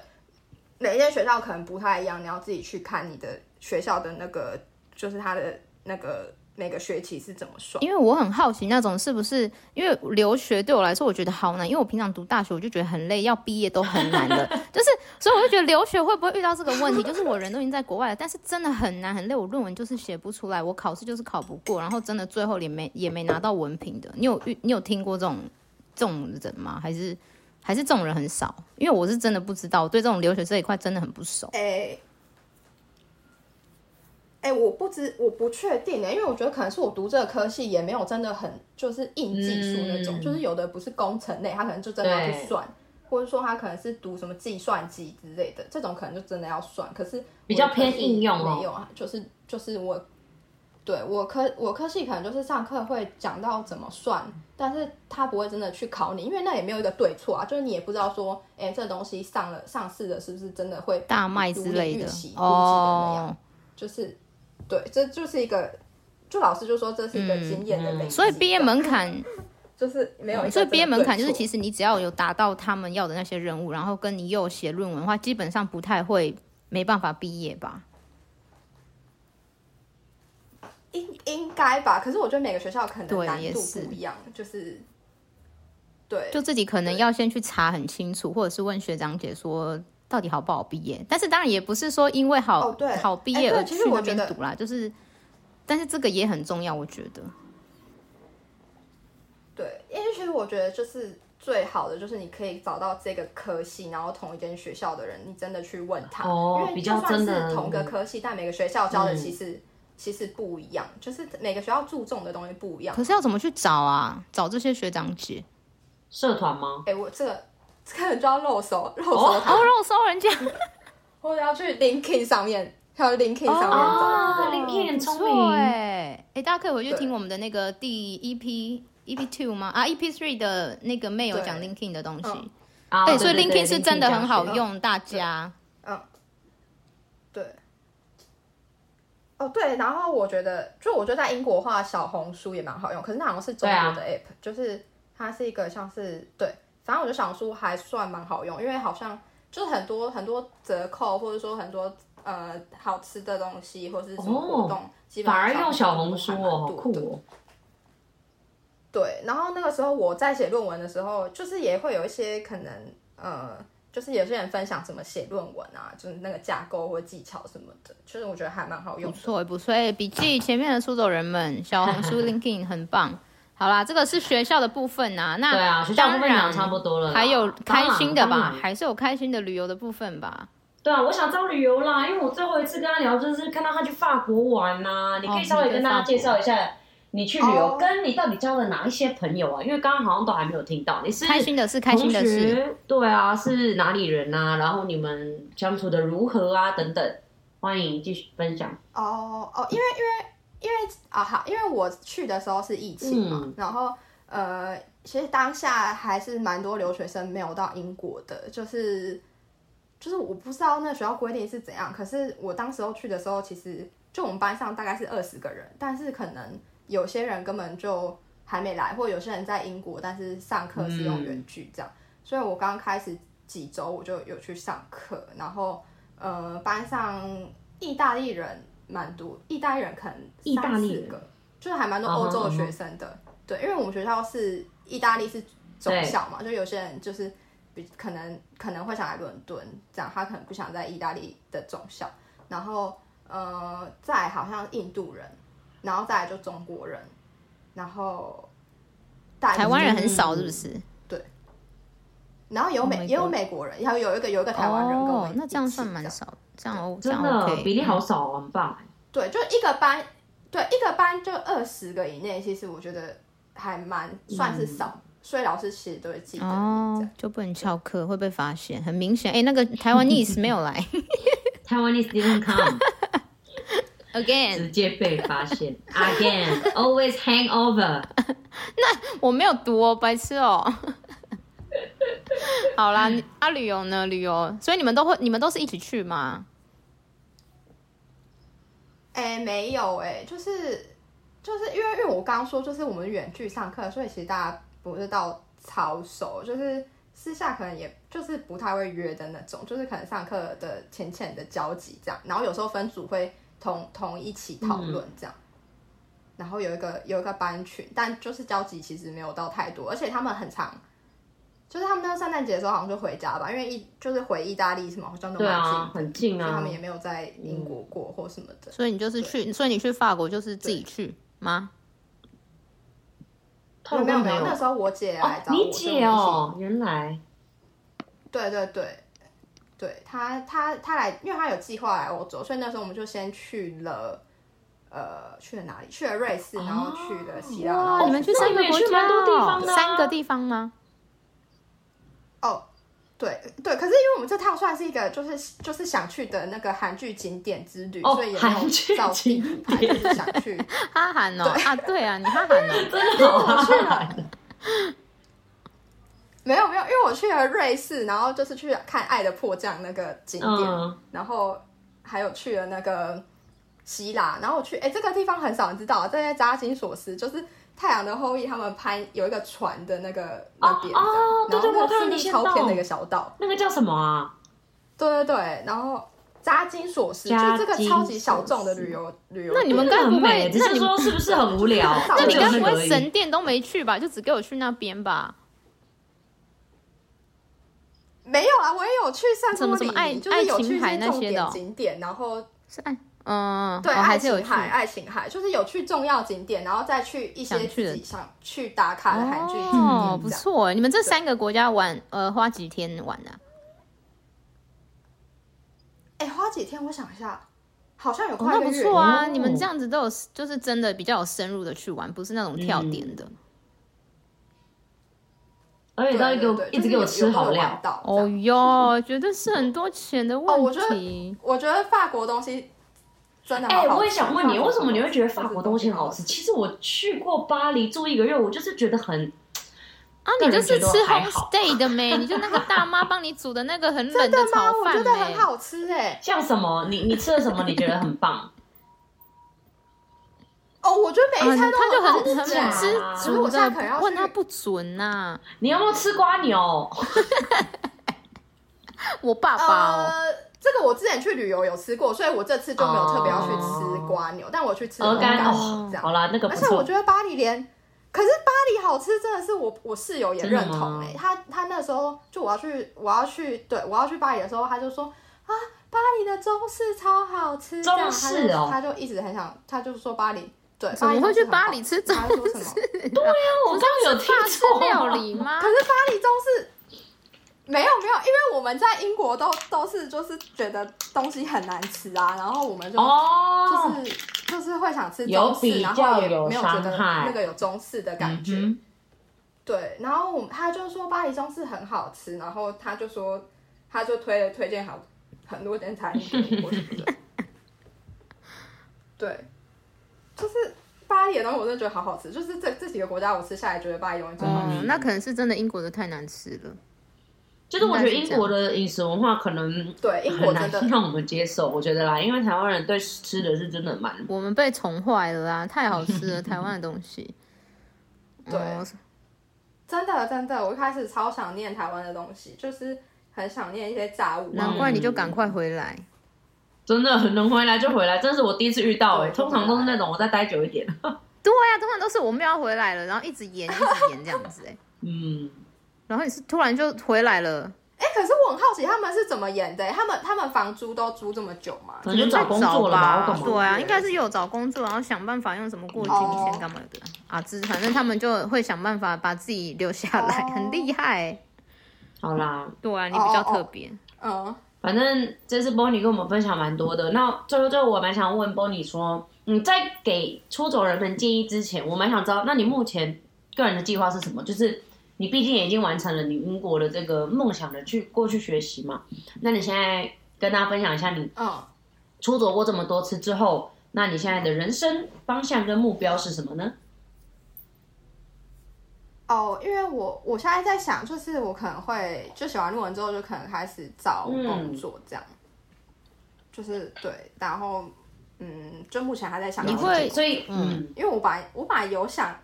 S1: 每一间学校可能不太一样，你要自己去看你的学校的那个，就是它的那个每个学期是怎么算。
S2: 因为我很好奇那种是不是因为留学对我来说我觉得好难，因为我平常读大学我就觉得很累，要毕业都很难的， 就是所以我就觉得留学会不会遇到这个问题？就是我人都已经在国外了，但是真的很难很累，我论文就是写不出来，我考试就是考不过，然后真的最后也没也没拿到文凭的。你有遇你有听过这种这种人吗？还是还是这种人很少？因为我是真的不知道，我对这种留学这一块真的很不熟。
S1: 哎、哎、我不知我不确定欸呢、因为我觉得可能是我读这个科系也没有真的很就是硬技术那种，
S3: 嗯
S1: 就是有的不是工程类，他可能就真的要
S3: 对
S1: 去算，或者说他可能是读什么计算机之类的，这种可能就真的要算。可是我的
S3: 比较
S1: 科
S3: 偏
S1: 系
S3: 应用哦
S1: 没有啊，就是就是我对我科我科系可能就是上课会讲到怎么算，但是他不会真的去考你，因为那也没有一个对错啊，就是你也不知道说，哎、这东西上了上市了是不是真的会
S2: 大麦之类
S1: 如你预
S2: 的
S1: 期估计的那样
S2: 哦，
S1: 就是对，这就是一个，就老师就说这是一
S3: 嗯
S1: 个经验的累积、
S2: 所以毕业门槛
S1: 就是没有一个真的对错，
S2: 哦所以毕业门槛就是，其
S1: 实
S2: 实你只要有达到他们要的那些任务，然后跟你又有写论文的话，基本上不太会没办法毕业吧？
S1: 应应该吧。可是我觉得每个学校可能
S2: 对
S1: 难
S2: 也
S1: 度
S2: 是
S1: 不一样，就是对，
S2: 就自己可能
S1: 对
S2: 要先去查很清楚，或者是问学长姐说到底好不好毕业。但是当然也不是说因为好、
S1: 哦对
S2: 好毕业
S1: 哎对
S2: 而
S1: 其
S2: 去
S1: 实
S2: 那
S1: 我觉
S2: 边
S1: 得
S2: 读啦，就是，但是这个也很重要，我觉得。
S1: 对，因为其实我觉得就是最好的就是你可以找到这个科系，然后同一间学校的人，你真的去问他，
S3: 哦
S1: 因为
S3: 比
S1: 就
S3: 较
S1: 算
S3: 真的
S1: 是同个科系，但每个学校教的
S3: 嗯
S1: 其实、其实不一样，就是每个学校注重的东西不一样。
S2: 可是要怎么去找啊？找这些学长姐？
S3: 社团吗？
S1: 哎、我这个这个就要露手露手他
S2: 哦，让我搜人家。
S1: 或者要去 LinkedIn 上面，还有 LinkedIn 上面找。
S3: 啊，
S1: 对
S3: 林毅很欸聪
S2: 不错
S3: 明，
S2: 哎、哎，大家可以回去
S1: 对
S2: 听我们的那个第一 EP EP two 吗？啊，EP three 的那个妹有讲
S1: 对
S2: LinkedIn 的东西
S1: 嗯，
S3: 啊
S2: 对，
S3: 对，
S2: 哎所以
S3: 对
S2: LinkedIn
S3: 对
S2: 是真的很好
S3: 讲学
S2: 用，大家
S1: 嗯，对。哦，对，然后我觉得，就我觉得在英国的话，小红书也蛮好用，可是那好像是中
S3: 啊
S1: 国的 app，、就是它是一个像是对，反正我觉得小红书还算蛮好用，因为好像就是很多很多折扣，或者说很多呃好吃的东西，或是什么活动，基本
S3: 哦反
S1: 上
S3: 而用小红
S1: 书
S3: 书
S1: 还蛮
S3: 哦，好
S1: 多
S3: 酷
S1: 的
S3: 哦。
S1: 对，然后那个时候我在写论文的时候，就是也会有一些可能，呃，就是有些人分享怎么写论文啊，就是那个架构或技巧什么的，就是我觉得还蛮好用
S2: 不
S1: 的。
S2: 错不错。哎，笔记前面的出走人们，小红 书 LinkedIn 很棒。好啦，这个是学校的部分 啊，那
S3: 对啊，学校部
S2: 当
S3: 分讲
S2: 然
S3: 差不多了啦，
S2: 还有
S3: 当
S2: 开
S3: 然
S2: 心的
S3: 当
S2: 吧
S3: 然，
S2: 还是有开心的旅游的部分吧。
S3: 对啊，我想找旅游啦，因为我最后一次跟他聊，就是看到他去法国玩呐、
S2: 哦
S3: 你可以稍微跟大家介绍一下，你去旅游、
S1: 哦
S3: 跟你到底交了哪一些朋友啊？因为刚刚好像都还没有听到，你是
S2: 开心的事，开心的
S3: 同
S2: 事。
S3: 学对啊，是哪里人啊？然后你们相处的如何啊？等等，欢迎继续分享。
S1: 哦哦，因为因为因为啊哈，因为我去的时候是疫情嘛，
S3: 嗯
S1: 然后呃，其实当下还是蛮多留学生没有到英国的，就是就是我不知道那学校规定是怎样，可是我当时候去的时候，其实就我们班上大概是二十个人，但是可能有些人根本就还没来，或者有些人在英国，但是上课是用远距这样，所以我刚开始几周我就有去上课，然后呃，班上意大利人蛮多，意大利人可能
S3: 意大利
S1: 三
S3: 人
S1: 四个，就是还蛮多欧洲的学生的。对，因为我们学校是意大利是总校嘛，就有些人就是比可能可能会想来伦敦，这样他可能不想在意大利的总校，然后呃，再来好像印度人，然后再来就中国人，然后嗯再来
S2: 台湾人很少，是不是？
S1: 然后有
S2: Oh
S1: 美
S2: my
S1: 也有美国人，然后有一个有一个台湾人跟我们
S2: 哦
S1: 一，起
S2: 那这样算蛮
S1: 样
S2: 少，这样 O 这
S3: 真
S2: 样
S3: 的
S2: OK，
S3: 比例好少、哦，很棒哎。
S1: 对，就一个班，对一个班就二十个以内，其实我觉得还蛮算是少，
S2: 嗯
S1: 所以老师其实都会记得你这
S2: 哦
S1: 样。，
S2: 就不能翘课，会被发现，很明显。哎、那个台湾 niece 没有来
S3: Taiwanese didn't come，直
S2: ，again，
S3: 接被发现。Again，always hangover。
S2: 我没有读哦，白痴哦。好啦，你啊，旅游呢？旅游，所以你们都会，你们都是一起去吗？
S1: 哎、没有哎、就是就是因为因为我刚刚说就是我们远距上课，所以其实大家不是到超熟，就是私下可能也就是不太会约的那种，就是可能上课的浅浅的交集这样，然后有时候分组会同同一起讨
S3: 嗯
S1: 论这样。然后有一个有一个班群，但就是交集其实没有到太多，而且他们很常，就是他们到圣诞节的时候好像就回家吧，因为意就是回意大利什么好像都
S3: 对
S1: 蛮近的，
S3: 啊，很近
S1: 所以他
S3: 啊
S1: 们。也没有在英国过或什么的。
S2: 所以你就是去，所以你去法国就是自己去吗？
S3: 透露
S1: 有哦没有没
S3: 没
S1: 有，那时候我姐来
S3: 哦
S1: 找我，
S3: 你姐，哦，原来
S1: 就我们一起对对对，对她她她来，因为她有计划来欧洲，所以那时候我们就先去了，呃，去了哪里？去了瑞士，然后去
S3: 哦
S1: 了希腊，然
S2: 哇，
S1: 后
S2: 你们去三
S1: 法
S2: 个
S3: 也
S2: 国
S3: 去
S2: 家、
S3: 蛮多地
S2: 哦
S3: 方，的啊
S2: 三个地方吗？
S1: 哦。对对，可是因为我们这趟算是一个，就是就是想去的那个韩剧景点之旅，
S3: 哦
S1: 所以也没
S3: 韩剧
S1: 有照地图拍， 就是想去。
S2: 哈韩哦，啊，对啊，你哈韩哦，
S3: 真的好啊。
S1: 没有没有，因为我去了瑞士，然后就是去看《爱的迫降》那个景点，
S3: 嗯
S1: 然后还有去了那个希腊，然后我去，哎，这个地方很少人知道，这在扎金索斯，就是《太阳的后裔》他们拍有一个船的那个那边，
S3: 哦哦
S1: 这样
S3: 对对
S1: 然后
S3: 我看到
S1: 那
S3: 你
S1: 个是
S3: 先
S1: 超
S3: 到
S1: 偏的一个小岛，
S3: 嗯那个叫什么啊？
S1: 对对对，然后扎金索斯就
S3: 扎
S1: 是这个
S3: 金
S1: 超级小
S3: 索
S1: 众的
S3: 斯
S1: 旅游旅游
S2: 那
S1: 点，
S2: 你们该
S3: 很
S2: 不
S3: 美，
S2: 会，
S3: 只
S2: 那
S3: 是
S2: 你们
S3: 说是不是很无聊？
S1: 那
S2: 那你
S3: 就
S2: 该
S3: 是
S2: 不
S3: 那个
S2: 会
S3: 而已
S2: 神殿都没去吧？就只给我去那边吧？
S1: 没有啊，我也有去圣
S2: 什
S1: 托
S2: 么什
S1: 里
S2: 么爱
S1: 尼，就是有
S2: 爱
S1: 去
S2: 琴
S1: 一
S2: 海那
S1: 重
S2: 些的
S1: 点
S2: 哦
S1: 景点，然后
S2: 是爱，嗯，
S1: 对，
S2: 哦、
S1: 爱
S2: 还是有
S1: 琴
S2: 去。
S1: 海，爱琴海就是有去重要景点，然后再去一些
S2: 想去的
S1: 自己想去打卡的韩剧景点，
S2: 哦，不
S1: 这样。
S2: 错耶，你们这三个国家玩，呃，花几天玩啊？
S1: 哎，花几天我想一下，好像有
S2: 哦，
S1: 快
S2: 那
S1: 一个
S2: 不
S1: 月。
S2: 错啊，
S3: 哦
S2: 你们这样子都有，就是真的比较有深入的去玩，不是那种
S1: 嗯
S2: 跳点的。
S3: 而且
S1: 对
S3: 都给我
S1: 对对
S3: 一直给我吃好料。。
S1: 哦
S2: 哦哟，绝对是很多钱的
S1: 哦我
S2: 问
S1: 觉得
S2: 题。
S1: 我觉得法国东西真的好
S3: 哎、
S1: 好吃。
S3: 我也想问你，
S1: 法国
S3: 为什么你会觉得法国东西很好
S1: 好
S3: 吃？？其实我去过巴黎住一个月，我就是觉得很
S2: 啊，
S3: 个
S2: 你就
S3: 人
S2: 是
S3: 觉
S2: 吃
S3: 得还
S2: home
S3: 好
S2: stay 的没？你就那个大妈帮你煮的那个很冷
S1: 真的吗？
S2: 炒
S1: 我觉
S2: 饭
S1: 得很
S2: 没？
S1: 好吃哎。
S3: 像什么？你你吃了什么？你觉得很棒？
S1: 哦，我觉得每
S2: 啊，
S1: 一餐都
S2: 他就
S1: 好
S2: 很很
S1: 吃哎
S2: 很
S3: 吃
S2: 知
S3: 啊
S1: 可是
S2: 足
S1: 我现在
S2: 的
S1: 可能要，去
S2: 问他不准 呐、
S3: 你有没有吃瓜牛？
S2: 我爸爸哦。
S1: 呃，这个我之前去旅游有吃过，所以我这次就没有特别要去吃瓜牛，但我去吃
S3: 哦鹅肝
S1: 鹅
S3: 哦
S1: 这，样
S3: 好。啦，那个不
S1: 而且
S3: 错。
S1: 我觉得巴黎连，可是巴黎好吃真的是我我室友也
S3: 真的
S1: 认同
S3: 吗
S1: 哎、欸，他他那时候就我要去我要去对我要去巴黎的时候，他就说啊巴黎的中式超好吃，这样
S3: 中式哦
S1: 他就他就一直很想，他就说巴黎对，
S2: 怎么会去巴黎吃中
S1: 巴黎中式很好？他就说什么？
S2: 式？
S3: 对啊，我刚刚有听
S2: 法式
S3: 错
S2: 料理吗
S1: 可？是巴黎中式。没有没有，因为我们在英国都都是就是觉得东西很难吃啊，然后我们就、
S3: 哦，
S1: 就是就是会想吃
S3: 有
S1: 中式，
S3: 比
S1: 然
S3: 较
S1: 后也
S3: 有
S1: 没有觉得
S3: 伤害
S1: 那个有中式的感觉。
S2: 嗯
S1: 对，然后我们他就说巴黎中式很好吃，然后他就说他就推了推荐好很多间餐厅给我什么的。对，就是巴黎的东西我真的觉得好好吃，就是这这几个国家我吃下来觉得巴黎东西
S2: 哼，
S1: 真的好吃。
S2: 哦，
S3: 嗯
S2: 那可能是真的英国的太难吃了。
S3: 就是我觉得
S2: 应该是
S3: 英
S2: 这样
S3: 国的饮食文化可能
S1: 对，英
S3: 很
S1: 国
S3: 难
S1: 真 的
S3: 让我们接受，我觉得啦，因为台湾人对吃的是真的蛮
S2: 我们被宠坏了啊！太好吃了，台湾的东西。
S1: 对
S2: 哦
S1: 真的真的，我一开始超想念台湾的东西，就是很想念一些炸物。啊
S2: 难怪你
S3: 嗯
S2: 就赶快回来。
S3: 真的能回来就回来，这是我第一次遇到哎、
S1: 对欸
S3: 通常都是那种我再待久一点，
S2: 对呀、通常都是我们要回来了，然后一直延，一直延这样子哎、
S3: 嗯，
S2: 然后你是突然就回来了，
S1: 哎、可是我很好奇他们是怎么演的、欸他们他们房租都租这么久吗？
S3: 可能就
S2: 在
S3: 找工
S2: 找
S3: 作了吧，我
S2: 吧
S3: 干？嘛？
S2: 对啊，应该是有找工作，然后想办法用什么过金钱干嘛
S3: 哦
S2: 的、啊？之反正他们就会想办法把自己留下来，
S1: 哦
S2: 很厉害、欸。
S3: 好啦，
S2: 对啊，你比较
S1: 哦哦
S2: 特别。
S1: 嗯，
S3: 反正这次 Bonnie 跟我们分享蛮多的。那最后最后我蛮想问 Bonnie 说，你在给出走人们建议之前，我蛮想知道，那你目前个人的计划是什么？就是你毕竟也已经完成了你英国的这个梦想的去过去学习嘛，那你现在跟大家分享一下你
S1: 嗯，
S3: 出走过这么多次之后，那你现在的人生方向跟目标是什么呢？
S1: 哦，因为我我现在在想，就是我可能会就写完论文之后，就可能开始找工作这样，就是对，然后嗯，就目前还在想
S2: 你
S1: 要
S2: 会
S1: 这个
S3: 所以
S2: 嗯
S3: 嗯
S1: 因为我本来我本来有想，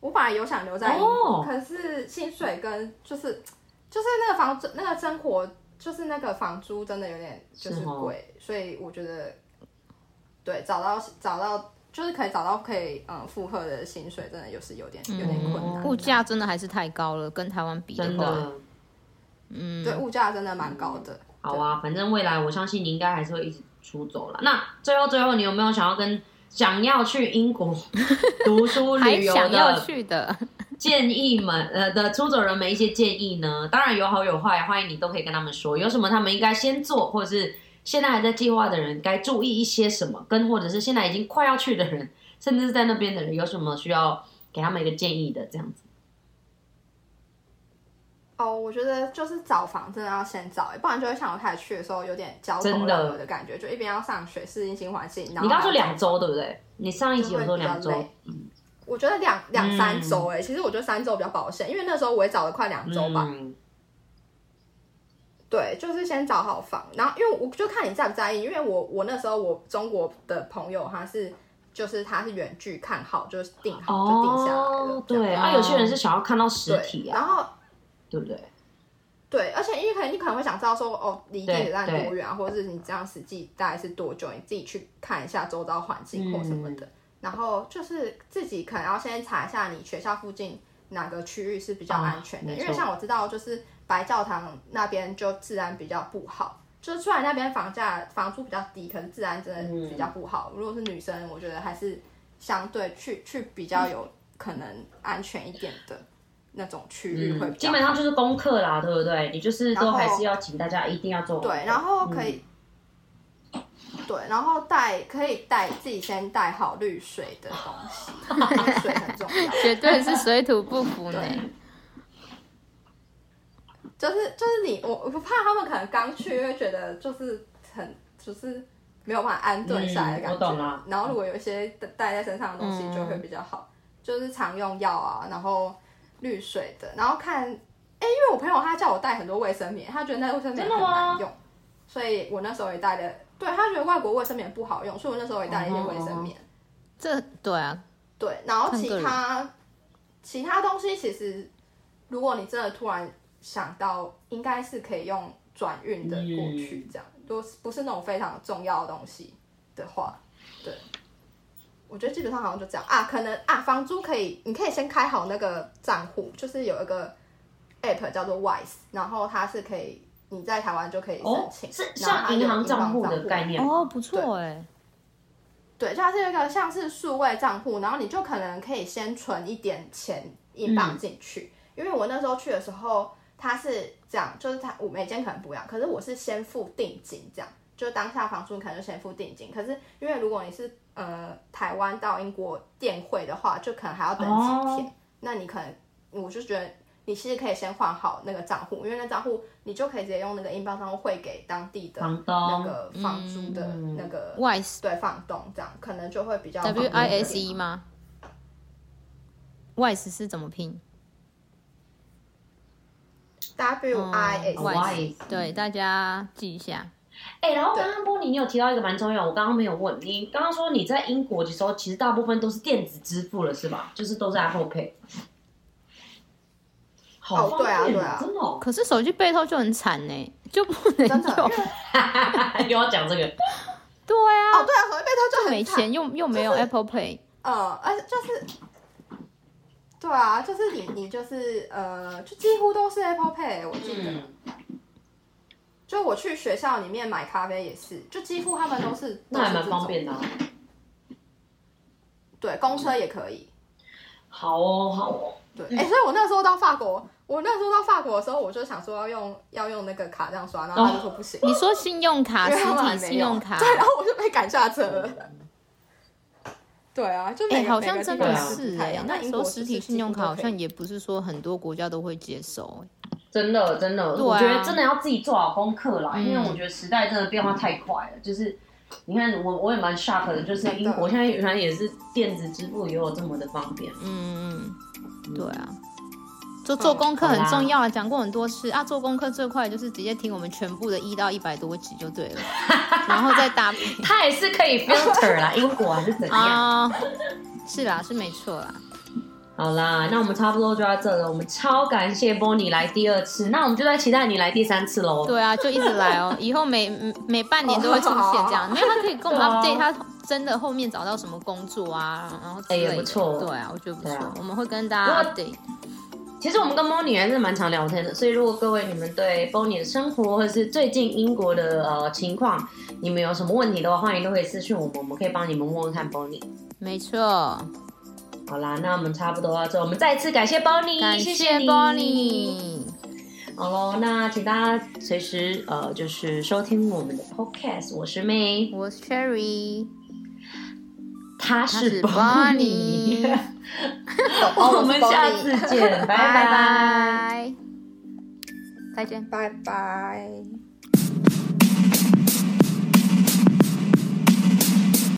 S1: 我本来有想留在英国，
S3: 哦
S1: 可是薪水跟就是就是那个房租那个生活就是那个房租真的有点就是
S3: 是哦
S1: 贵，所以我觉得对找到找到就是可以找到可以嗯负荷的薪水，真的有时有
S3: 嗯
S1: 点有点困难。
S2: 物价真的还是太高了，跟台湾比
S3: 哦真
S2: 话，
S3: 的
S2: 嗯，
S1: 对，物价真的蛮高的。
S3: 好啊，反正未来我相信你应该还是会一直出走了。那最后最后，你有没有想要跟想要去英国读书
S2: 还
S3: 旅游
S2: 想要
S3: 的
S2: 去的。
S3: 建议们呃的出走人们一些建议呢？当然有好有坏，啊欢迎你都可以跟他们说，有什么他们应该先做，或者是现在还在计划的人该注意一些什么，跟或者是现在已经快要去的人，甚至是在那边的人有什么需要给他们一个建议的这样子。
S1: 哦，我觉得就是找房真的要先找、不然就会像我开始去的时候有点焦头
S3: 真
S1: 烂
S3: 的
S1: 额的感觉，就一边要上学适应新环境，然后
S3: 你刚刚
S1: 还
S3: 说
S1: 要
S3: 两周对不对？你上一集有说两周
S1: 就会比较累，我觉得两两三周哎、欸其实我觉得三周比较保险，因为那时候我也找了快两周吧。
S3: 嗯嗯
S1: 对，就是先找好房，然后因为我就看你在不在意，因为我我那时候我中国的朋友他是就是他是远距看好，就是定好就定下来了。
S3: 哦，
S1: 这样
S3: 对，
S2: 样
S3: 啊，有些人是想要看到实体
S1: 对，
S3: 啊，
S1: 然后
S3: 对不对？
S1: 对，而且因为可能你可能会想知道说，哦，离地铁站
S3: 对对
S1: 多远啊，或者是你这样实际大概是多久，你自己去看一下周遭环境或什么
S3: 嗯
S1: 的。然后就是自己可能要先查一下你学校附近哪个区域是比较安全的，
S3: 啊没
S1: 因
S3: 错
S1: 为像我知道就是白教堂那边就治安比较不好，就是虽然那边房价房租比较低，可是治安真的比较
S3: 嗯
S1: 不好。如果是女生，我觉得还是相对去去比较有可能安全一点的那种区域会比较
S3: 嗯基
S1: 好、
S3: 本上就是功课啦，对不对？你就是都
S1: 然后
S3: 还是要请大家一定要做。
S1: 对，然后可以，对，然后带可以带自己先带好滤水的东西，滤水很重要。
S2: 绝对是水土不 服呢。
S1: 就是就是你我我怕他们可能刚去会觉得就是很就是没有办法安顿下来
S3: 嗯
S1: 的感觉，
S3: 我懂啦
S1: 然后如果有一些带带在身上的东西就会比较好，就是常用药啊，然后滤水的，然后看，哎、因为我朋友他叫我带很多卫生棉，他觉得那卫生棉
S3: 真
S1: 很
S3: 的吗
S1: 难用，所以我那时候也带了，对他觉得外国卫生棉不好用，所以我那时候也带了一些卫生棉。
S2: 这对啊，
S1: 对，然后
S2: 看
S1: 其
S2: 个人
S1: 他其他东西其实，如果你真的突然想到，应该是可以用转运的过去，这样，如果是不是那种非常重要的东西的话，对，我觉得基本上好像就这样啊，可能啊，房租可以，你可以先开好那个账户，就是有一个 app 叫做 Wise，然后它是可以你在台湾就可以申
S3: 哦，
S1: 请，
S3: 是
S1: 然后
S3: 像
S1: 它有
S3: 银行账
S1: 账
S3: 户的概念。
S2: 哦，不错哎，
S1: 对，就它是一个像是数位账户，然后你就
S3: 嗯
S1: 可能可以先存一点钱，英镑进去。因为我那时候去的时候，他是这样，就是他我每间可能不一样，可是我是先付定金这样，就当下房租可能就先付定金。可是因为如果你是呃台湾到英国电汇的话，就可能还要等几
S3: 哦
S1: 天。那你可能我就觉得你其实可以先换好那个账户，因为那账户你就可以直接用那个英镑账户汇给当地的
S3: 房东
S1: 那个房租的
S3: 嗯
S1: 那个、
S2: 外
S1: 对房东这样，可能就会比较
S2: W
S1: 方
S2: I
S1: 便
S2: S E 吗？Wise 是怎么拼
S1: W I
S3: 哦
S1: S
S3: Wise
S1: E
S2: 对，大家记一下。
S3: 哎、然后
S1: 对
S3: 刚刚波尼，你有提到一个蛮重要，我刚刚没有问你。刚刚说你在英国的时候，其实大部分都是电子支付了，是吧？就是都是 Apple Pay。好
S1: 哦
S3: 方
S1: 对啊
S3: 便
S1: 对啊
S3: 真的、哦。
S2: 可是手机被偷就很惨呢、就不能
S1: 真的，哦因
S2: 用
S1: 为。
S3: 又要讲这个，
S2: 对啊，
S1: 哦对啊，所以被偷就很
S2: 没
S1: 惨
S2: 钱又又没有 Apple Pay，
S3: 哦
S1: 呃，而且就是，对啊，就是你你就是呃，就几乎都是 Apple Pay，我记得。
S3: 嗯，
S1: 就我去学校里面买咖啡也是，就几乎他们都是
S3: 嗯那还蛮方。便的啊、
S1: 都是这种对，公车也可以。
S3: 好哦，好哦，
S1: 对，哎、所以我那时候到法国，我那时候到法国的时候，我就想说要用要用那个卡这样刷，然后他就说不行，
S2: 哦你说信用卡、
S1: 因为
S2: 实
S1: 他们还
S2: 体
S1: 没有
S2: 信用卡，
S1: 对，然后我就被赶下车了。对啊，就每
S2: 哎、
S1: 个、
S2: 好像真的
S1: 每个地方不
S2: 是
S1: 太
S2: 哎、
S1: 一样
S2: 那
S1: 英
S2: 时
S1: 国
S2: 候
S1: 就
S2: 实
S1: 是
S2: 体信用卡好
S1: 几乎都可以
S2: 像也不是说很多国家都会接受、
S3: 真的真的，
S2: 对啊
S3: 我觉得真的要自己做好功课啦，
S2: 嗯
S3: 因为我觉得时代真的变化太快了，就是。你看，我我也蛮 shock 的，就是
S1: 真的
S3: 英国现在原来也是电子支付也有这么的方便。
S2: 嗯嗯，对啊，就做功课
S3: 好啦
S2: 很重要啊，讲过很多次啊，做功课最快就是直接听我们全部的一到一百多集就对 了，然后再搭配
S3: 它也是可以 filter 啦，英国还是怎样？
S2: 啊、是啦，是没错啦，
S3: 好啦，那我们差不多就到这了。我们超感谢波尼来第二次，那我们就在期待你来第三次喽。
S2: 对啊，就一直来哦，以后每每半年都会出现这样，没有他可以跟我们
S3: 对
S2: update
S3: 啊
S2: 他真的后面找到什么工作啊，然后之
S3: 哎也
S2: 类的
S3: 不错
S2: 对啊，我觉得不
S3: 对
S2: 错，
S3: 啊
S2: 我们会跟大家 update，
S3: 其实我们跟 Bonnie 还是蛮常聊天的，所以如果各位你们对 Bonnie 的生活或者是最近英国的呃情况，你们有什么问题的话，欢迎都可以私讯我们，我们可以帮你们问问看 Bonnie。
S2: 没错，
S3: 好啦，那我们差不多到这，我们再次感谢 Bonnie，
S2: 感
S3: 谢
S2: 谢
S3: 你
S2: Bonnie。
S3: 好喽，那请大家随时呃就是收听我们的 Podcast，我是 May，
S2: 我是 Cherry，
S3: 她
S2: 他是
S3: 是 Bonnie。
S2: Bonnie，
S3: 好我们下次 见，拜
S2: 拜
S3: 拜。
S2: 拜，再见。
S1: 拜拜。